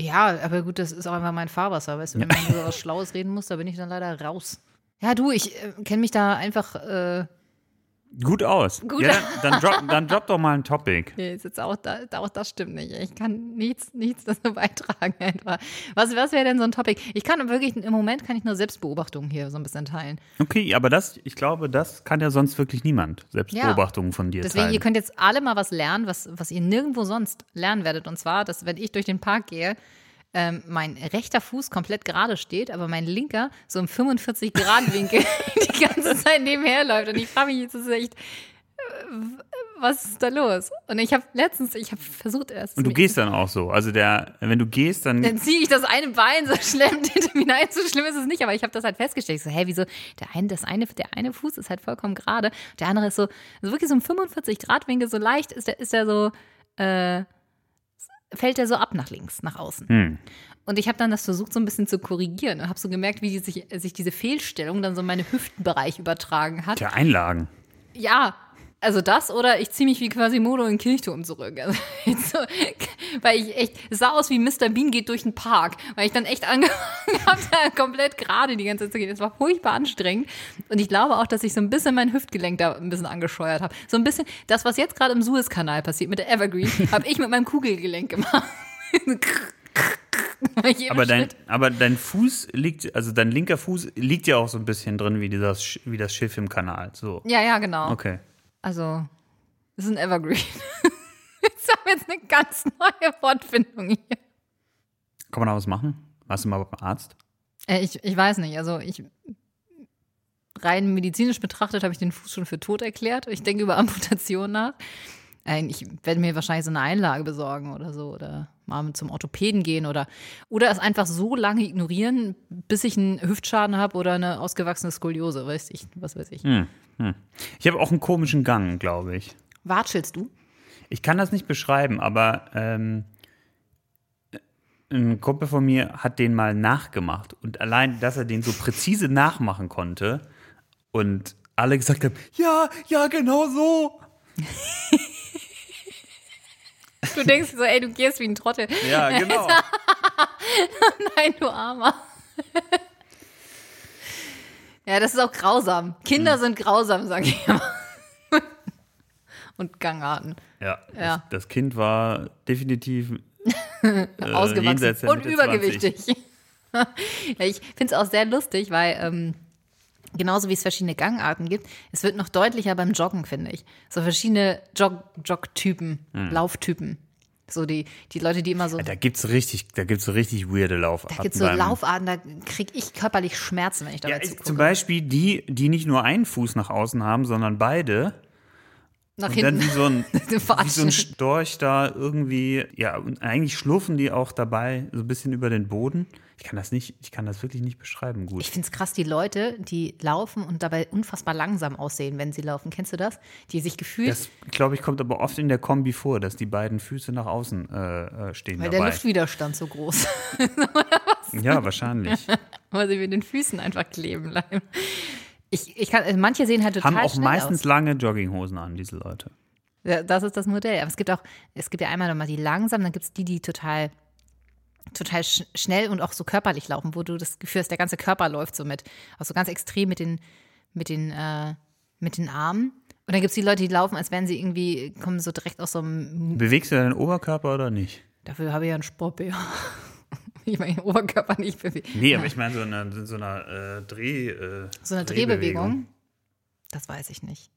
ja, aber gut, das ist auch einfach mein Fahrwasser. Weißt du, wenn man über was Schlaues reden muss, da bin ich dann leider raus. Ja, du, ich äh, kenne mich da einfach äh, Gut aus. Gut ja, dann, dann, drop, dann drop doch mal ein Topic. Nee, ist jetzt auch, da, da- auch das stimmt nicht. Ich kann nichts, nichts dazu beitragen einfach. Was, was wäre denn so ein Topic? Ich kann wirklich, im Moment kann ich nur Selbstbeobachtungen hier so ein bisschen teilen. Okay, aber das, ich glaube, das kann ja sonst wirklich niemand. Selbst Ja. Beobachtungen von dir Deswegen, ihr teilen. könnt jetzt alle mal was lernen, was, was ihr nirgendwo sonst lernen werdet. Und zwar, dass wenn ich durch den Park gehe, ähm, mein rechter Fuß komplett gerade steht, aber mein linker so im 45 Grad Winkel die ganze Zeit nebenher läuft. Und ich frage mich jetzt das ist echt, äh, w- was ist da los? Und ich habe letztens, ich habe versucht erst. Und du gehst dann auch so. Also der, wenn du gehst, dann dann ziehe ich das eine Bein so schlimm hinter mir hinein. So schlimm ist es nicht, aber ich habe das halt festgestellt. Ich so, hä, wieso? Der eine, das eine, der eine Fuß ist halt vollkommen gerade. Der andere ist so, so wirklich so im 45-Grad-Winkel, so leicht ist der, ist der so, äh, fällt der so ab nach links, nach außen. Hm. Und ich habe dann das versucht, so ein bisschen zu korrigieren und habe so gemerkt, wie die sich, sich diese Fehlstellung dann so in meinen Hüftenbereich übertragen hat. Tja, Einlagen. Ja, also das oder ich ziehe mich wie Quasimodo in den Kirchturm zurück. Also, jetzt so, weil ich echt, es sah aus wie Mr. Bean geht durch den Park, weil ich dann echt angefangen habe, da komplett gerade die ganze Zeit zu gehen. Es war furchtbar anstrengend und ich glaube auch, dass ich so ein bisschen mein Hüftgelenk da ein bisschen angescheuert habe. So ein bisschen das, was jetzt gerade im Suezkanal passiert mit der Evergreen, habe ich mit meinem Kugelgelenk gemacht. Bei jedem Aber dein, Schritt. aber dein Fuß liegt, also dein linker Fuß liegt ja auch so ein bisschen drin, wie, dieses, Sch- wie das Schiff im Kanal. So. Ja, ja, genau. Okay. Also, das ist ein Evergreen. Jetzt haben wir jetzt eine ganz neue Wortfindung hier. Kann man da was machen? Warst du mal beim Arzt? Äh, Ich, ich weiß nicht, also ich rein medizinisch betrachtet habe ich den Fuß schon für tot erklärt. Ich denke über Amputation nach. Äh, Ich werde mir wahrscheinlich so eine Einlage besorgen oder so oder mal mit zum Orthopäden gehen oder oder es einfach so lange ignorieren, bis ich einen Hüftschaden habe oder eine ausgewachsene Skoliose, weiß ich, was weiß ich. Hm. Hm. Ich habe auch einen komischen Gang, glaube ich. Watschelst du? Ich kann das nicht beschreiben, aber ähm, ein Kumpel von mir hat den mal nachgemacht. Und allein, dass er den so präzise nachmachen konnte und alle gesagt haben, ja, ja, genau so. Du denkst so, ey, du gehst wie ein Trottel. Ja, genau. Nein, du Armer. Ja, das ist auch grausam. Kinder Hm. sind grausam, sag ich immer. Und Gangarten. Ja, Ja. Das, das Kind war definitiv äh, jenseits Ausgewachsen der und Mitte übergewichtig. ja, ich finde es auch sehr lustig, weil ähm, Genauso wie es verschiedene Gangarten gibt. Es wird noch deutlicher beim Joggen, finde ich. So verschiedene Jog Jog-Typen, Lauftypen. So die, die Leute, die immer so. Hm. Da gibt's richtig, da gibt's richtig weirde Laufarten. Da gibt es so beim- Laufarten, da kriege ich körperlich Schmerzen, wenn ich dabei Ja, zugucke. zum Beispiel die, die nicht nur einen Fuß nach außen haben, sondern beide. Nach Und dann hinten. wie so ein, wie so Watschen. ein Storch da irgendwie, ja, und eigentlich schlurfen die auch dabei so ein bisschen über den Boden. Ich kann das nicht, ich kann das wirklich nicht beschreiben Ich gut. finde es krass, die Leute, die laufen und dabei unfassbar langsam aussehen, wenn sie laufen. Kennst du das? Die sich gefühlt, Das, glaube ich, kommt aber oft in der Kombi vor, dass die beiden Füße nach außen äh, äh, stehen weil der dabei. Luftwiderstand so groß ist, Ja, wahrscheinlich. weil sie mit den Füßen einfach kleben bleiben. Ich, ich kann, also manche sehen halt total Haben auch schnell meistens aus. lange Jogginghosen an, diese Leute. Ja, Das ist das Modell. Aber es gibt auch, es gibt ja einmal nochmal die langsam, dann gibt es die, die total, total sch schnell und auch so körperlich laufen, wo du das Gefühl hast, der ganze Körper läuft so mit. Auch so ganz extrem mit den, mit den, äh, mit den Armen. Und dann gibt es die Leute, die laufen, als wären sie irgendwie, kommen so direkt aus so einem Bewegst du deinen Oberkörper oder nicht? Dafür habe ich ja einen Sport, ja. Ich meine, den Oberkörper nicht bewegen. Nee, aber ich meine so eine, so eine äh, Dreh, äh, So eine Drehbewegung, das weiß ich nicht.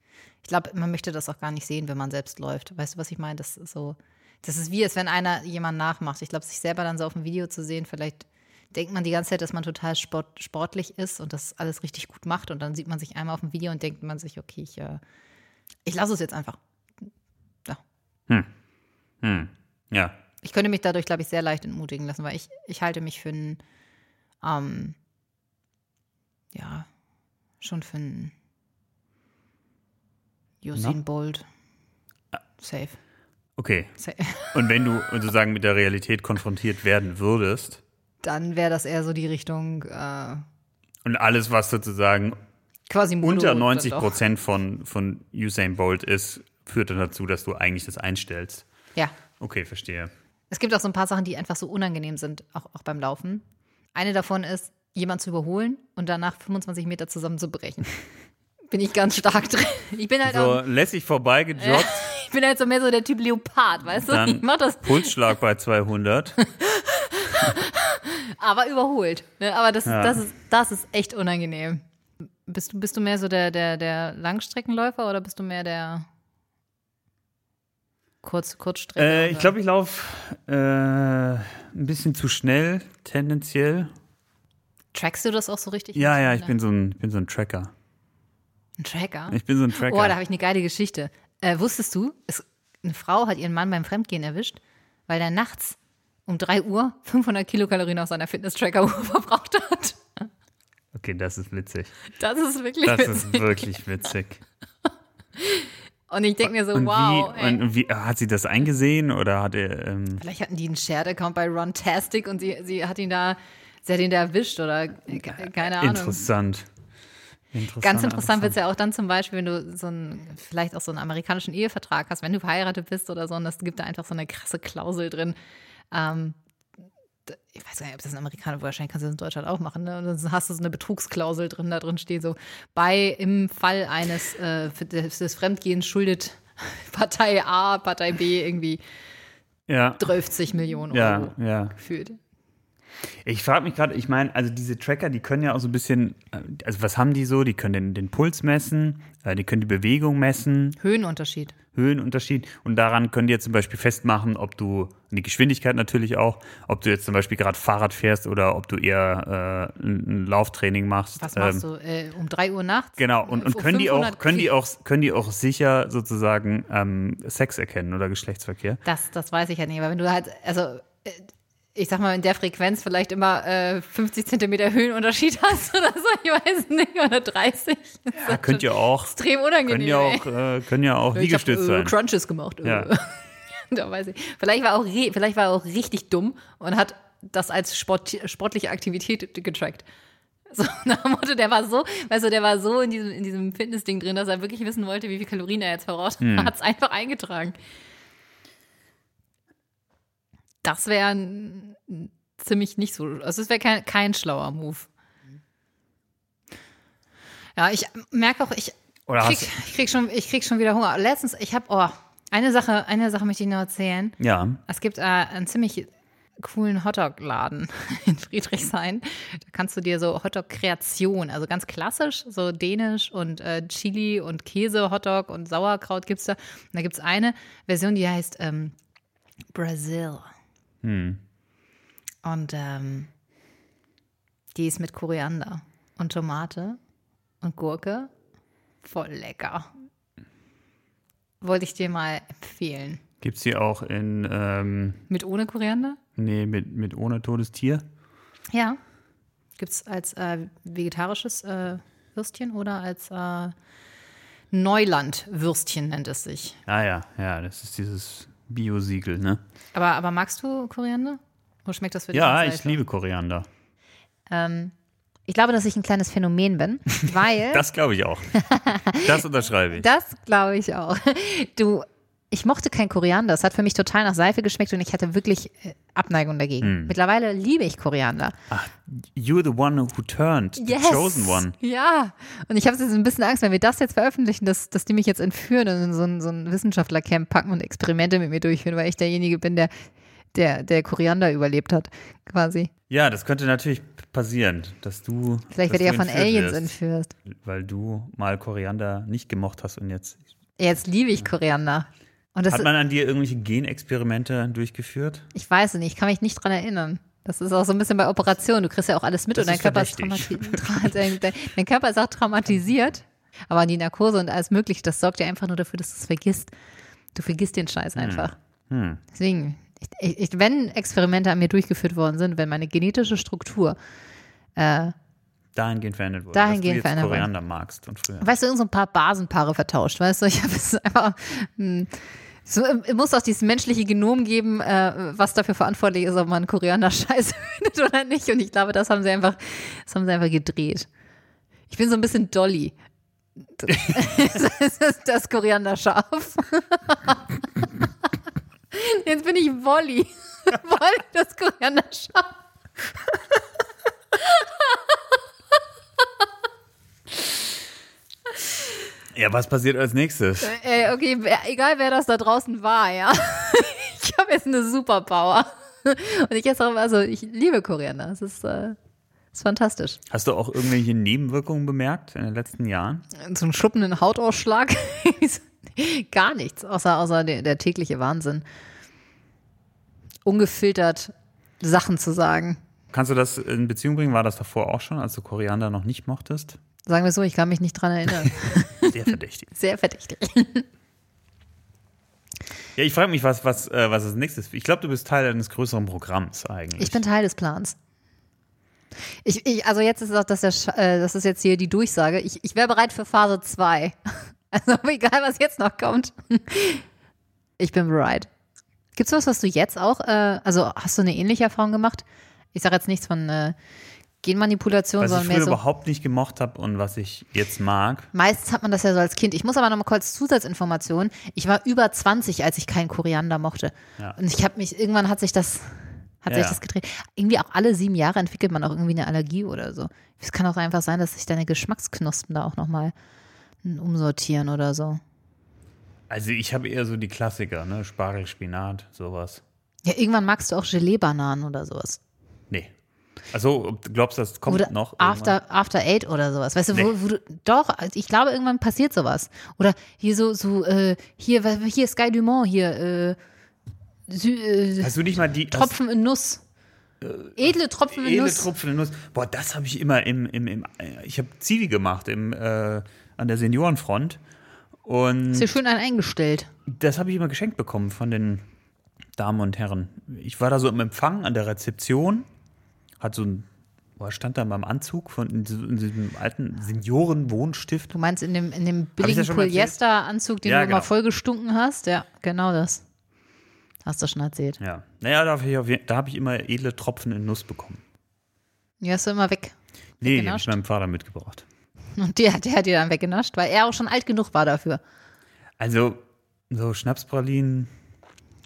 Ich glaube, man möchte das auch gar nicht sehen, wenn man selbst läuft. Weißt du, was ich meine? Das ist so, das ist wie, als wenn einer jemand nachmacht. Ich glaube, sich selber dann so auf dem Video zu sehen, vielleicht denkt man die ganze Zeit, dass man total sport, sportlich ist und das alles richtig gut macht. Und dann sieht man sich einmal auf dem Video und denkt man sich, okay, ich, äh, ich lasse es jetzt einfach. Hm. Ja. Ich könnte mich dadurch, glaube ich, sehr leicht entmutigen lassen, weil ich, ich halte mich für einen, ähm, ja, schon für einen Usain Bolt. Safe. Okay. Safe. Und wenn du sozusagen mit der Realität konfrontiert werden würdest Dann wäre das eher so die Richtung äh, und alles, was sozusagen quasi Modo unter oder 90 doch. Prozent von, von Usain Bolt ist, führt dann dazu, dass du eigentlich das einstellst. Ja. Okay, verstehe. Es gibt auch so ein paar Sachen, die einfach so unangenehm sind, auch, auch beim Laufen. Eine davon ist, jemanden zu überholen und danach 25 Meter zusammenzubrechen. Bin ich ganz stark drin. Ich bin halt auch So lässig vorbeigejoggt, Ich bin halt so mehr so der Typ Leopard, weißt du? Ich dann mach das, Pulsschlag bei 200. aber überholt. Ne? Aber das, Ja. das, ist, das ist echt unangenehm. Bist du, bist du mehr so der, der, der Langstreckenläufer oder bist du mehr der Kurz, Kurzstrecke? Äh, ich oder? glaube, ich laufe äh, ein bisschen zu schnell, tendenziell. Trackst du das auch so richtig? Ja, ja, ich bin so ein, ich bin so ein Tracker. Ein Tracker? Ich bin so ein Tracker. Oh, da habe ich eine geile Geschichte. Äh, wusstest du, es, eine Frau hat ihren Mann beim Fremdgehen erwischt, weil er nachts um 3 Uhr 500 Kilokalorien aus seiner Fitness-Tracker-Uhr verbraucht hat. okay, das ist witzig. Das ist wirklich Das witzig. ist wirklich witzig. Und ich denke mir so, Und wow. wie, ey. und, und wie äh, hat sie das eingesehen oder hat er ähm, Vielleicht hatten die einen Shared-Account bei Runtastic und sie, sie hat ihn da, sie hat ihn da erwischt oder äh, ke- keine Ahnung. interessant? interessant? Ganz interessant wird es ja auch dann zum Beispiel, wenn du so einen, vielleicht auch so einen amerikanischen Ehevertrag hast, wenn du verheiratet bist oder so, und es gibt da einfach so eine krasse Klausel drin. Ähm, d- ich weiß gar nicht, ob das in Amerikaner, wahrscheinlich kannst du das in Deutschland auch machen, ne? Und dann hast du so eine Betrugsklausel drin, da drin steht so, bei im Fall eines äh, des des Fremdgehens schuldet Partei A, Partei B irgendwie Ja, 30 Millionen Euro. ja, ja. gefühlt. Ich frage mich gerade, ich meine, also diese Tracker, die können ja auch so ein bisschen, äh, also was haben die so? Die können den, den Puls messen, äh, die können die Bewegung messen, Höhenunterschied. Höhenunterschied und daran können die jetzt zum Beispiel festmachen, ob du, und die Geschwindigkeit natürlich auch, ob du jetzt zum Beispiel gerade Fahrrad fährst oder ob du eher äh, ein ein Lauftraining machst. Was Ähm, machst du? Äh, um 3 Uhr nachts? Genau, und, und Um können, die auch, 500 können, die auch, können die auch sicher sozusagen ähm, Sex erkennen oder Geschlechtsverkehr? Das, das weiß ich ja nicht, aber wenn du halt, also äh, ich sag mal, in der Frequenz vielleicht immer äh, 50 Zentimeter Höhenunterschied hast oder so, ich weiß nicht, oder 30. Ja, könnt ihr auch, Extrem können unangenehm. ja ey. auch, äh, können ja auch ich hab, Liegestütz äh, sein. Crunches gemacht. äh. Ja. da weiß ich. Vielleicht war, auch re- vielleicht war er auch richtig dumm und hat das als Sport, sportliche Aktivität getrackt. So nach dem Motto, der war so, weißt du, der war so in diesem, in diesem Fitnessding drin, dass er wirklich wissen wollte, wie viel Kalorien er jetzt verbraucht Hm. hat. Hat es einfach eingetragen. Das wäre ein ein ziemlich nicht so, also es wäre kein, kein schlauer Move. Ja, ich merke auch, ich Oder krieg, hast- ich, krieg schon, ich krieg schon wieder Hunger. Letztens, ich habe, oh, eine Sache, eine Sache möchte ich noch erzählen. Ja, Es gibt äh, ein ziemlich coolen Hotdog-Laden in Friedrichshain. Da kannst du dir so Hotdog-Kreation, also ganz klassisch, so dänisch und äh, Chili und Käse-Hotdog und Sauerkraut gibt's da. Und da gibt's eine Version, die heißt ähm, Brazil. Hm. Und ähm, die ist mit Koriander und Tomate und Gurke. Voll lecker. Wollte ich dir mal empfehlen. Gibt es die auch in, ähm, Mit ohne Koriander? nee, mit, mit ohne totes Tier? Ja. Gibt es als äh, vegetarisches äh, Würstchen oder als äh, Neulandwürstchen nennt es sich. Ah ja, ja, das ist dieses Bio-Siegel, ne? Aber, aber magst du Koriander? Wo schmeckt das für dich? Ja, am ich Fleisch? liebe Koriander. Ähm, ich glaube, dass ich ein kleines Phänomen bin, weil Das glaube ich auch. Das unterschreibe ich. Das glaube ich auch. Du, ich mochte kein Koriander. Es hat für mich total nach Seife geschmeckt und ich hatte wirklich äh, Abneigung Hm. dagegen. Mittlerweile liebe ich Koriander. You're the one who turned, the chosen one. Ja. Und ich habe jetzt ein bisschen Angst, wenn wir das jetzt veröffentlichen, dass, dass die mich jetzt entführen und in so ein, so ein Wissenschaftlercamp packen und Experimente mit mir durchführen, weil ich derjenige bin, der, der, der Koriander überlebt hat, quasi. Ja, das könnte natürlich passieren, dass du. Vielleicht dass werde ich ja du von entführt Aliens wirst, entführt. Weil du mal Koriander nicht gemocht hast und jetzt. Jetzt liebe ich Koriander. Und das, Hat man an dir irgendwelche Genexperimente durchgeführt? Ich weiß es nicht, ich kann mich nicht dran erinnern. Das ist auch so ein bisschen bei Operationen. Du kriegst ja auch alles mit Das und dein ist Körper, ist verdächtig. traumati- tra- dein, dein, dein Körper ist auch traumatisiert. Aber die Narkose und alles Mögliche, das sorgt ja einfach nur dafür, dass du es vergisst. Du vergisst den Scheiß Hm. einfach. Deswegen, ich, ich, wenn Experimente an mir durchgeführt worden sind, wenn meine genetische Struktur, Dahingehend verändert wurde. Dahingehend dass du jetzt verändert wurde. Koriander magst und früher. weißt du, irgend so ein paar Basenpaare vertauscht, weißt du, ich habe es einfach. Hm, so, es muss auch dieses menschliche Genom geben, äh, was dafür verantwortlich ist, ob man Koriander-Scheiße findet oder nicht. Und ich glaube, das haben sie einfach, das haben sie einfach gedreht. Ich bin so ein bisschen Dolly. Das ist das, das Koriander-Schaf. Jetzt bin ich Wolli. Wolli, das Koriander-Schaf. Ja, was passiert als nächstes? Ey, okay, wer, egal wer das da draußen war, ja. Ich habe jetzt eine Superpower. Und ich jetzt auch, also ich liebe Koriander. Es ist, äh, ist fantastisch. Hast du auch irgendwelche Nebenwirkungen bemerkt in den letzten Jahren? So einen schuppenden Hautausschlag. Gar nichts, außer, außer der, der tägliche Wahnsinn. Ungefiltert Sachen zu sagen. Kannst du das in Beziehung bringen? War das davor auch schon, als du Koriander noch nicht mochtest? Sagen wir so, ich kann mich nicht dran erinnern. Sehr verdächtig. Sehr verdächtig. ja, ich frage mich, was, was, äh, was als nächstes. Ich glaube, du bist Teil eines größeren Programms eigentlich. Ich bin Teil des Plans. Ich, ich, also jetzt ist auch das, der, Sch- äh, das ist jetzt hier die Durchsage. Ich, ich wäre bereit für Phase 2. Also egal, was jetzt noch kommt. Ich bin bereit. Gibt's was, was du jetzt auch, äh, also hast du eine ähnliche Erfahrung gemacht? Ich sage jetzt nichts von äh, Genmanipulation, was ich sondern früher mehr so. überhaupt nicht gemocht habe und was ich jetzt mag. Meistens hat man das ja so als Kind. Ich muss aber noch mal kurz Zusatzinformationen. Ich war über 20, als ich keinen Koriander mochte. Ja. Und ich habe mich, irgendwann hat sich das, hat Ja, sich ja. das gedreht. Irgendwie auch alle sieben Jahre entwickelt man auch irgendwie eine Allergie oder so. Es kann auch einfach sein, dass sich deine Geschmacksknospen da auch noch mal umsortieren oder so. Also ich habe eher so die Klassiker, ne? Spargel, Spinat, sowas. Ja, irgendwann magst du auch Gelee-Bananen oder sowas. Nee. Also glaubst du, das kommt Oder noch? irgendwann? After, After Eight oder sowas. Weißt du, Nee. wo, wo du, doch, also ich glaube, irgendwann passiert sowas. Oder hier so, so, äh, hier, wa- hier Sky Dumont, hier, äh, Sü, äh, Hast du nicht mal die hast- Tropfen in Nuss. Edle Tropfen in Äh, Edle Nuss. Tropfen in Nuss. Boah, das habe ich immer im, im, im ich habe Zivi gemacht im, äh, an der Seniorenfront. Und Ist ja schön einen eingestellt. das habe ich immer geschenkt bekommen von den Damen und Herren. Ich war da so im Empfang an der Rezeption, hat so ein, boah, stand da mal im Anzug von in diesem, in diesem alten Seniorenwohnstift. Du meinst in dem, in dem ich billigen das schon mal erzählt? Polyesteranzug, den Ja, du genau. immer vollgestunken hast? Ja, genau das. Hast du schon erzählt. Ja. Naja, da habe ich, auf je- da hab ich immer edle Tropfen in Nuss bekommen. Die hast du immer weg. Nee, die habe ich Weggenascht? meinem Vater mitgebracht. Und der, der hat die dann weggenascht, weil er auch schon alt genug war dafür. Also, so Schnapspralinen,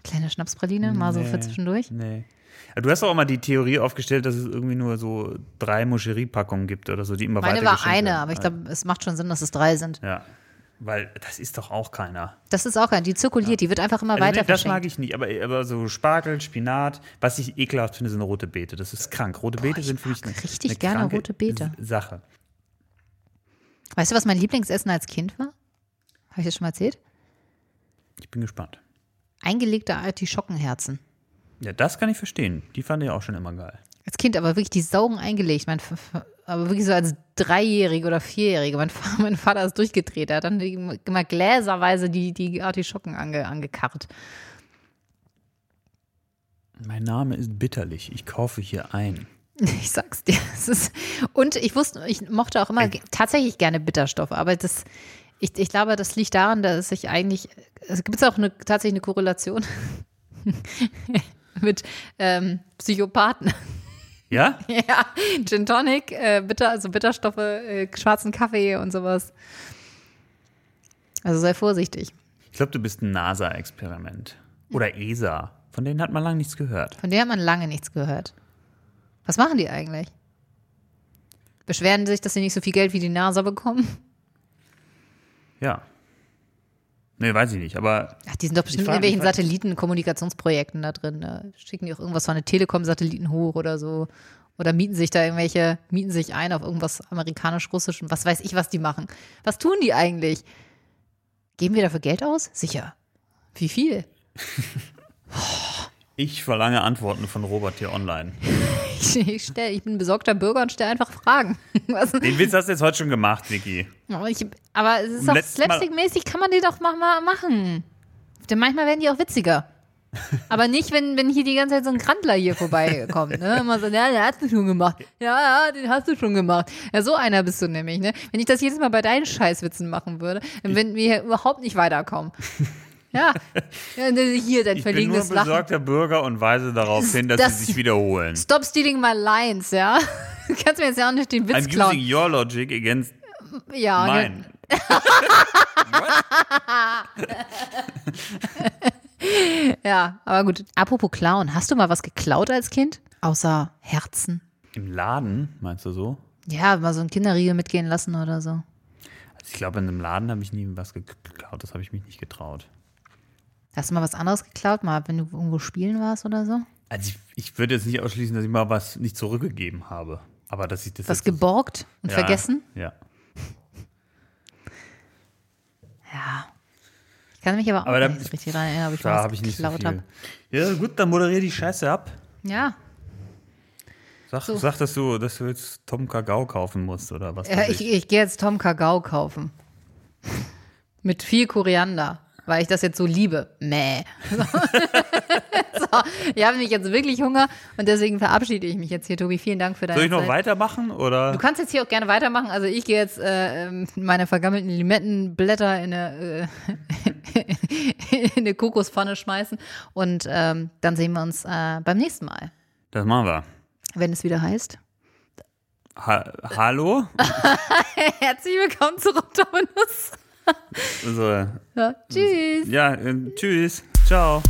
Kleine Schnapspraline, mal Ah, so für Nee. zwischendurch. Nee. Aber Du hast auch mal die Theorie aufgestellt, dass es irgendwie nur so drei Moscherie-Packungen gibt oder so, die immer Meine weiter war geschenkt eine, werden. aber ich glaube, es macht schon Sinn, dass es drei sind. Ja. Weil das ist doch auch keiner. Das ist auch kein, die zirkuliert, die wird einfach immer Also, weiter nee, das mag verschenkt. ich nicht, aber, aber so Spargel, Spinat, was ich ekelhaft finde, sind rote Beete. Das ist krank. Rote Beete sind für mich eine, richtig eine gerne kranke rote Beete. S- Sache. Weißt du, was mein Lieblingsessen als Kind war? Habe ich das schon mal erzählt? Ich bin gespannt. Eingelegte Artischockenherzen. Ja, das kann ich verstehen. Die fand ich auch schon immer geil. Als Kind aber wirklich die Saugen eingelegt. Mein, Fa- Fa- aber wirklich so als Dreijährige oder Vierjährige. Mein, Fa- mein Vater ist durchgedreht. Er hat dann die- immer gläserweise die, die Artischocken ange, angekarrt. Mein Name ist bitterlich. Ich kaufe hier ein. Ich sag's dir. Es ist, und ich wusste, ich mochte auch immer ge- tatsächlich gerne Bitterstoffe, aber das, ich, ich glaube, das liegt daran, dass ich eigentlich, es gibt auch eine, tatsächlich eine Korrelation mit ähm, Psychopathen. Ja? ja, Gin Tonic, äh, bitter, also Bitterstoffe, äh, schwarzen Kaffee und sowas. Also sei vorsichtig. Ich glaube, du bist ein NASA-Experiment. Oder ESA. Von denen hat man lange nichts gehört. Von denen hat man lange nichts gehört. Was machen die eigentlich? Beschweren sich, dass sie nicht so viel Geld wie die NASA bekommen? Ja. Nee, weiß ich nicht, aber Ach, die sind doch bestimmt Ich in frag- irgendwelchen ich frag- Satellitenkommunikationsprojekten da drin. Da schicken die auch irgendwas von den Telekom-Satelliten hoch oder so. Oder mieten sich da irgendwelche, mieten sich ein auf irgendwas amerikanisch-russischem. Was weiß ich, was die machen. Was tun die eigentlich? Geben wir dafür Geld aus? Sicher. Wie viel? ich verlange Antworten von Robert hier online. Ich, ich, stell, ich bin ein besorgter Bürger und stelle einfach Fragen. Was? Den Witz hast du jetzt heute schon gemacht, Vicky. Aber Oh, Ich, aber es ist Beim doch letzten Mal- slapstick-mäßig, kann man die doch mal- mal machen. Denn manchmal werden die auch witziger. Aber nicht, wenn, wenn hier die ganze Zeit so ein Krantler hier vorbeikommt. Ne? Immer so, ja, den hast du schon gemacht. Ja, ja, den hast du schon gemacht. Ja, so einer bist du nämlich. Ne? Wenn ich das jedes Mal bei deinen Scheißwitzen machen würde, dann würden wir hier überhaupt nicht weiterkommen. Ja, ja ne, hier dein Ich bin nur verlegenes Lachen. besorgter Bürger und weise darauf hin, dass Das- sie sich wiederholen. Stop stealing my lines, ja. Du kannst mir jetzt ja auch nicht den Witz I'm klauen. using your logic against Ja, ne? mine. Ja, aber gut. Apropos klauen, hast du mal was geklaut als Kind? Außer Herzen. Im Laden, meinst du so? Ja, mal so einen Kinderriegel mitgehen lassen oder so. Also ich glaube, in einem Laden habe ich nie was ge- geklaut. Das habe ich mich nicht getraut. Hast du mal was anderes geklaut, mal wenn du irgendwo spielen warst oder so? Also ich, ich würde jetzt nicht ausschließen, dass ich mal was nicht zurückgegeben habe. Aber dass ich das Was jetzt- geborgt und Ja, vergessen? Ja. Ja. Ich kann mich aber auch Aber da- nicht so richtig daran erinnern, ob ich mal Da was habe ich nicht so geklaut viel. habe. Ja gut, dann moderier die Scheiße ab. Ja. Sag, sag dass, du, dass du jetzt Tom Kakao kaufen musst oder was ja weiß Äh, ich ich gehe jetzt Tom Kakao kaufen. Mit viel Koriander, weil ich das jetzt so liebe. Mäh. so, ich habe mich jetzt wirklich Hunger und deswegen verabschiede ich mich jetzt hier, Tobi. Vielen Dank für deine Soll ich noch Zeit. weitermachen oder? Du kannst jetzt hier auch gerne weitermachen. Also ich gehe jetzt äh, ähm, meine vergammelten Limettenblätter in eine, äh, in eine Kokospfanne schmeißen und ähm, dann sehen wir uns äh, beim nächsten Mal, Das machen wir. wenn es wieder heißt. Ha Hallo? Herzlich willkommen zurück, Dominus. Also, Ja, tschüss. ja, äh, tschüss. Ciao.